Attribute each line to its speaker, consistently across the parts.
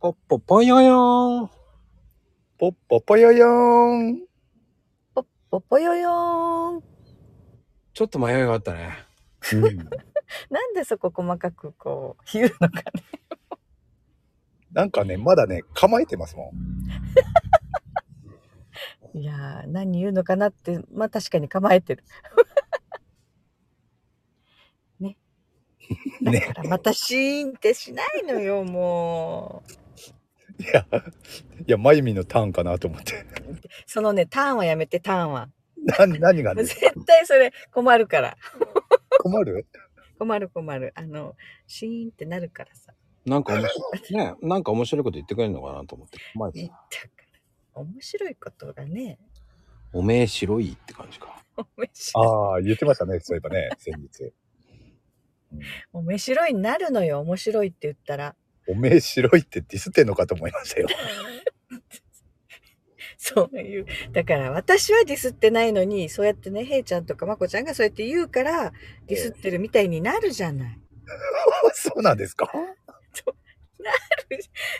Speaker 1: ポッポポヨヨーン。
Speaker 2: ポッポポヨヨーン。
Speaker 3: ぽ、ぽぽよよーん。
Speaker 1: ちょっと迷いがあったね。
Speaker 3: なんでそこ細かくこう、言うのかね。
Speaker 2: なんかね、まだね、構えてますもん。
Speaker 3: いやー、何言うのかなって、まあ確かに構えてる。 ね。だ
Speaker 2: ね。
Speaker 3: からまたシーンってしないのよ、もう。
Speaker 2: いや、いや、まゆみのターンかなと思って。
Speaker 3: そのね、ターンはやめて、ターンは。
Speaker 2: な、何がね、
Speaker 3: 絶対それ困るから。
Speaker 2: 困る
Speaker 3: 困る困る。あの、シーンってなるからさ。
Speaker 1: なんか面白い、ね、なんか面白いこと言ってくれるのかなと思って。まあ
Speaker 3: ね、だから、面白いことがね、
Speaker 1: おめえ白いって感じか。
Speaker 3: 面白い
Speaker 2: ああ、言ってましたね、そういえばね、先日。
Speaker 3: 面白いになるのよ、面白いって言ったら。
Speaker 2: おめえ白いってディスってんのかと思いましたよ。
Speaker 3: そういう。だから私はディスってないのに、そうやってね、ヘイちゃんとかまこちゃんがそうやって言うから、ディスってるみたいになるじゃない。
Speaker 2: そうなんですか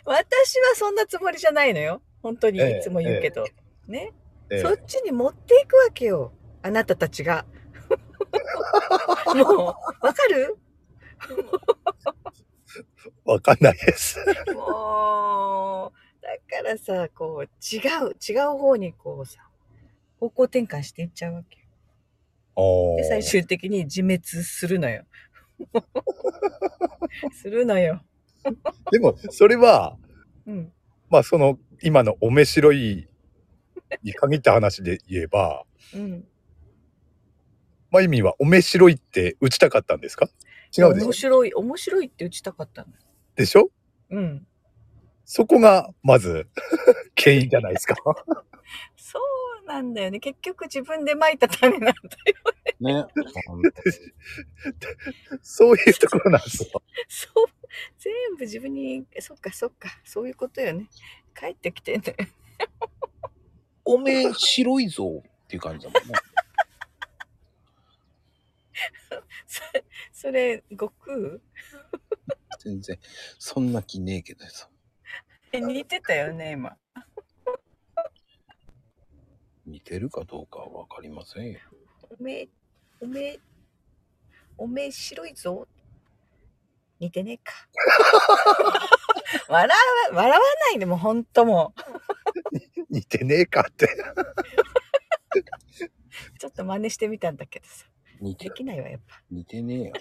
Speaker 3: 私はそんなつもりじゃないのよ。本当に
Speaker 2: ええ
Speaker 3: いつも言うけど。ね、
Speaker 2: ええ
Speaker 3: そっちに持っていくわけよ。あなたた ちが。もう、わかる
Speaker 2: わかんない です。
Speaker 3: もう、だからさ、こう、違う、違う方にこうさ、方向転換していっちゃうわけよ。
Speaker 2: おー
Speaker 3: で、最終的に自滅するのよ。 するのよ。
Speaker 2: でも、それは、
Speaker 3: うん。
Speaker 2: まあ、その、今のおめ白いに限った話で言えば、
Speaker 3: うん。
Speaker 2: まゆみはおめ白いって打ちたかったんですか違うでしょ
Speaker 3: 面白い、面白いって打ちたかったの。
Speaker 2: でしょ
Speaker 3: うん。
Speaker 2: そこが、まず、 原因じゃないですか。
Speaker 3: そうなんだよね。結局自分で撒いた種なんだよ。
Speaker 1: ね。
Speaker 2: そういうところなんですよ。
Speaker 3: そう。全部自分に、そっかそっか、そういうことよね。帰ってきてんだよ。
Speaker 1: おめえ白いぞっていう感じだもんね。
Speaker 3: それ、それ、悟空
Speaker 1: 全然、そんな気ねえけどさ。
Speaker 3: え似てたよね、今。
Speaker 1: 似てるかどうかはわかりませんよ。
Speaker 3: おめえ、おめえ、おめえ白いぞ。似てねえか。笑わ、笑わないでもうほんとも
Speaker 2: 似てねえかって。
Speaker 3: う。ちょっと真似してみたんだけどさ。
Speaker 1: 似て
Speaker 3: で、きないわ、やっぱ。
Speaker 1: 似てねえよ。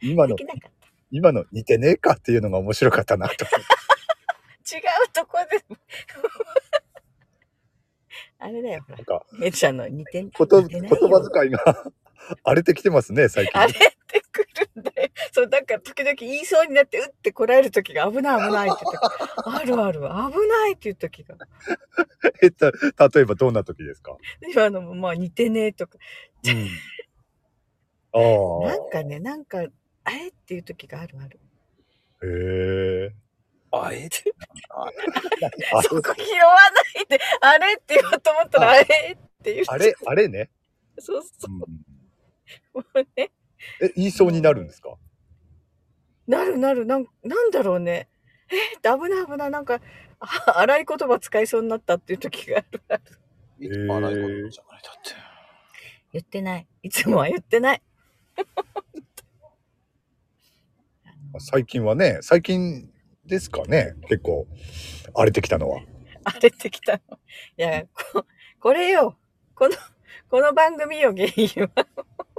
Speaker 2: 今
Speaker 3: で
Speaker 2: の
Speaker 3: き、なかった。
Speaker 2: 今の似てねえかっていうのが面白かったなと。
Speaker 3: 違うとこで。あれだよ、ほら
Speaker 2: なん。か、
Speaker 3: めちゃんの似てん
Speaker 2: こと
Speaker 3: 似て
Speaker 2: 言
Speaker 3: ないよ
Speaker 2: 葉遣いが 荒れてきてますね、最近。
Speaker 3: 荒れてくるんだよ。そう、なんか時々言いそうになって、うってこらえる時が危ない危ないって言って、あるある、危ないっていう時が。
Speaker 2: えっと、例えばどんな時ですか
Speaker 3: 今のもまあ似てねえとか、
Speaker 1: うん。
Speaker 2: ああ
Speaker 3: なんかね、なんか、あれっていう時があるある。。
Speaker 2: へえ。
Speaker 1: あえて。
Speaker 2: あ
Speaker 3: そこ拾わないで、あれって言おうと思ったら、
Speaker 2: あ
Speaker 3: あれっていう。
Speaker 2: あれ、あれね。
Speaker 3: そうそうう。
Speaker 2: ん
Speaker 3: もうね。
Speaker 2: え、言いそうになるんですか
Speaker 3: なるなる、なん、なんだろうね。えー、危ない危ない、なんか、あ荒い言葉使いそうになったっていう時があるある。
Speaker 1: いつも洗い物じゃない。だって。
Speaker 3: 言ってない。いつもは言ってない。
Speaker 2: 最近はね、最近ですかね、結構、荒れてきたのは。
Speaker 3: 荒れてきたの。いや、こ、これよ。この、この番組よ、原因は。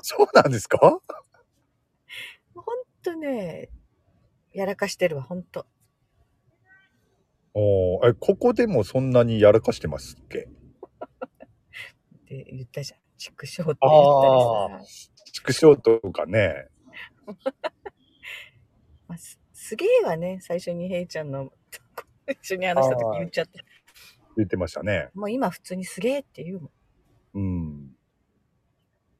Speaker 2: そうなんですか
Speaker 3: ほんとね、やらかしてるわ、ほんと。
Speaker 2: おーえ、ここでもそんなにやらかしてますっけ
Speaker 3: って言ったじゃん。畜生って言ったりさ。
Speaker 2: 畜生とかね。
Speaker 3: まあ、すすげえわね、最初にヘイちゃんの、 一緒に話した時言っちゃった。
Speaker 2: 言ってましたね。
Speaker 3: もう今普通にすげえって言うもん。
Speaker 2: うん。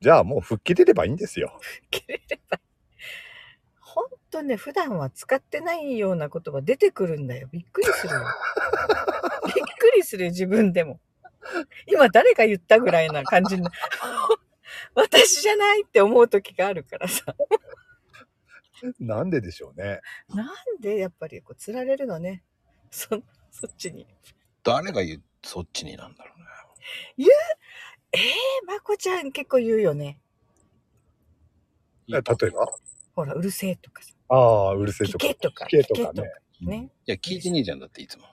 Speaker 2: じゃあもう吹っ切れればいいんですよ。
Speaker 3: 切れれば。ほんとね、普段は使ってないような言葉出てくるんだよ。びっくりするよ。びっくりするよ、自分でも。今誰が言ったぐらいな感じ に。私じゃないって思う時があるからさ。
Speaker 2: なんででしょうね。
Speaker 3: なんでやっぱりこう釣られるのねそそっちに
Speaker 1: 誰が言う、そっちになんだろうね。
Speaker 3: えー、まこちゃん結構言うよね
Speaker 2: 例えば
Speaker 3: ほらうるせえとかさ
Speaker 2: ああ、うるせえとか。
Speaker 3: 聞けとか
Speaker 2: 聞けとかね。
Speaker 3: ね
Speaker 1: いや、聞いてねえじゃんだって、いつも。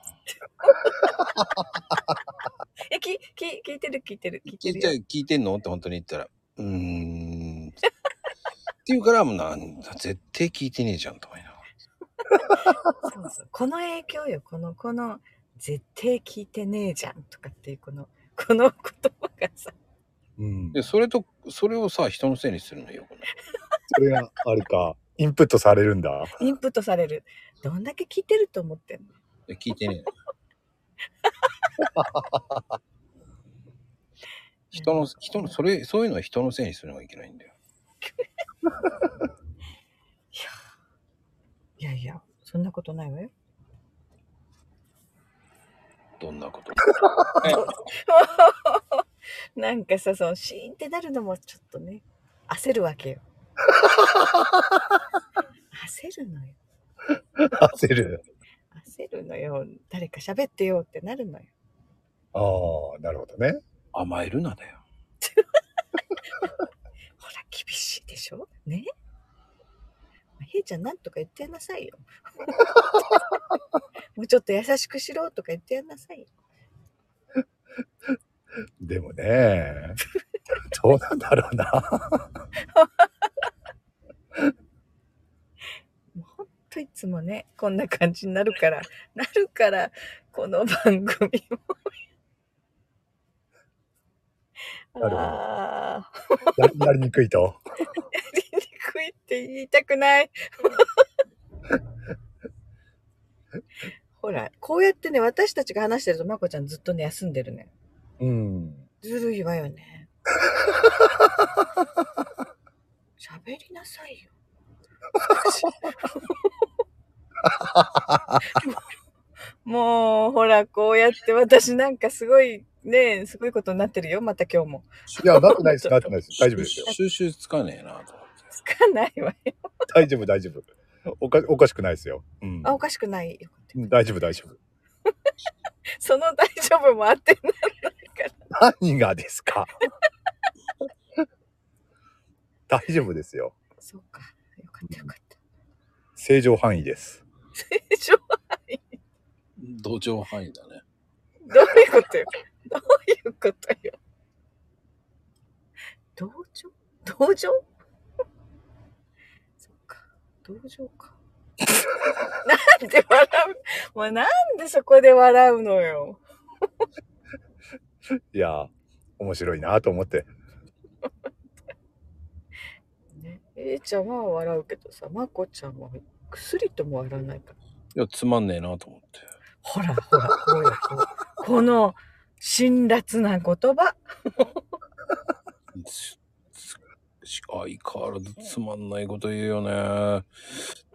Speaker 3: えきき聞いてる聞いてる聞いて
Speaker 1: 聞
Speaker 3: る
Speaker 1: いて、
Speaker 3: よ
Speaker 1: 聞いてんのって本当に言ったら、うーん。って言うから、もうなんだ、絶対聞いてねえじゃんと思いながら。
Speaker 3: そうそうこの影響よこのこの絶対聞いてねえじゃんとかっていうこの この言葉がさ
Speaker 2: うん。
Speaker 1: で、それと、それをさ、人のせいにするのよ、この
Speaker 2: それがあれ か。インプットされるんだ。
Speaker 3: インプットされるどんだけ聞いてると思ってん
Speaker 1: い
Speaker 3: の
Speaker 1: や聞いてねえの。人の、人の、それ、そういうのは人のせいにするのがいけないんだよ。
Speaker 3: いやいやそんなことないわよ
Speaker 1: どんなこと。
Speaker 3: なんかさそのシーンってなるのもちょっとね焦るわけよ 焦るのよ
Speaker 2: 焦る。
Speaker 3: 焦るのよ誰か喋ってよってなるのよ
Speaker 2: ああ、なるほどね。
Speaker 1: 甘えるなだよ。
Speaker 3: ほら厳しいでしょねまあへいちゃんなんとか言ってやんなさ いよもうちょっと優しくしろとか言ってやんなさいよ
Speaker 2: でもね。 どうなんだろうな。
Speaker 3: もうほんといつもねこんな感じになるからなるからこの番組 も
Speaker 2: なるほど
Speaker 3: ああ
Speaker 2: やりやりにくいと。
Speaker 3: やりにくいって言いた くない。ほら、こうやってね、私たちが話してると、まこちゃんずっとね、休んでるね。
Speaker 2: うん。
Speaker 3: ずるいわよね。喋りなさいよ。もう、ほら、こうやって私なんかすごい、ね、すごいことになってるよ、また今日も。
Speaker 2: いや、なってないです。なってないです。大丈夫ですよ。
Speaker 1: 収集つかねえなと思って。
Speaker 3: つかないわよ。
Speaker 2: 大丈夫、大丈夫。おかおかしくないですよ。うん。
Speaker 3: あ、おかしくないよ。
Speaker 2: うん大丈夫、大丈夫。
Speaker 3: その大丈夫もあってない
Speaker 2: 何がですか 大丈夫ですよ。
Speaker 3: そうか。よかったよかった。
Speaker 2: 正常範囲です。
Speaker 3: でしょ
Speaker 1: 同情範囲だね。
Speaker 3: どういうことよ。どういうことよ。同情同情そっか。同情か。なんで笑うもうなんでそこで笑うのよ。
Speaker 2: いやー、面白いなと思って。
Speaker 3: ね、えいちゃんは笑うけどさ、まこちゃんは薬とも笑わないから。
Speaker 1: いや、つまんねえなと思って。
Speaker 3: ほらほら、ほらほら。この辛辣な言葉。
Speaker 1: つつ相変わらずつまんないこと言うよね。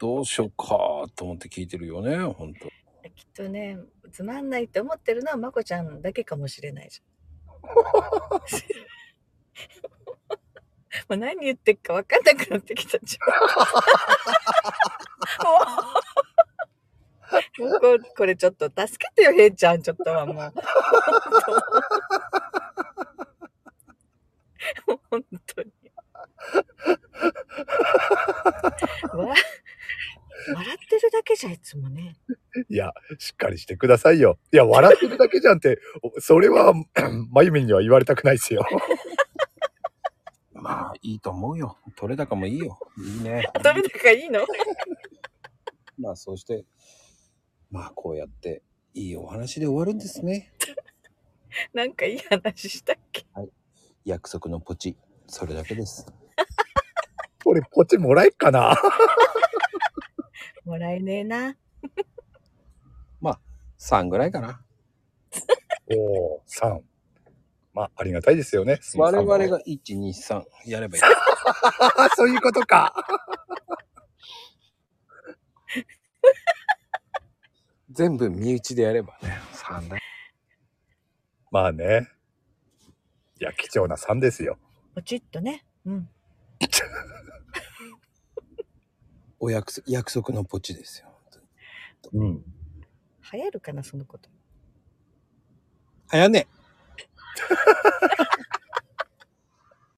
Speaker 1: どうしようかと思って聞いてるよね、本当。
Speaker 3: きっとね、つまんないって思ってるのはまこちゃんだけかもしれないじゃん。もう 何言ってっか分かんなくなってきたじゃん。 もうもうここれちょっと助けてよ、へいちゃん、ちょっとはもう。 もう本当 に。わ笑ってるだけじゃんいつもね。
Speaker 2: いや、しっかりしてくださいよ。いや、笑ってるだけじゃんって、おそれは、 まゆみんには言われたくないですよ。
Speaker 1: まあ、いいと思うよ。取れ高もいいよ。いいね。
Speaker 3: どれだかいいの
Speaker 1: まあ、そうして、まあ、こうやって、いいお話で終わるんですね。
Speaker 3: なんかいい話したっけ
Speaker 1: 約束のポチ、それだけです。
Speaker 2: これ、こっちもらえっかな
Speaker 3: もらえねえな。
Speaker 1: 3ぐらいかな。
Speaker 2: おー、3。まあ、ありがたいですよね。
Speaker 1: 我々
Speaker 2: 3は。
Speaker 1: が1、2、3やればいい。
Speaker 2: あそういうことか。
Speaker 1: 全部身内でやればね。3だ。
Speaker 2: まあね。いや、貴重な3ですよ。
Speaker 3: ポチッとね。うん。
Speaker 1: おお約束約束のポチですよ。本当に
Speaker 2: うん。
Speaker 3: 流行るかな、そのこと。
Speaker 1: 早寝。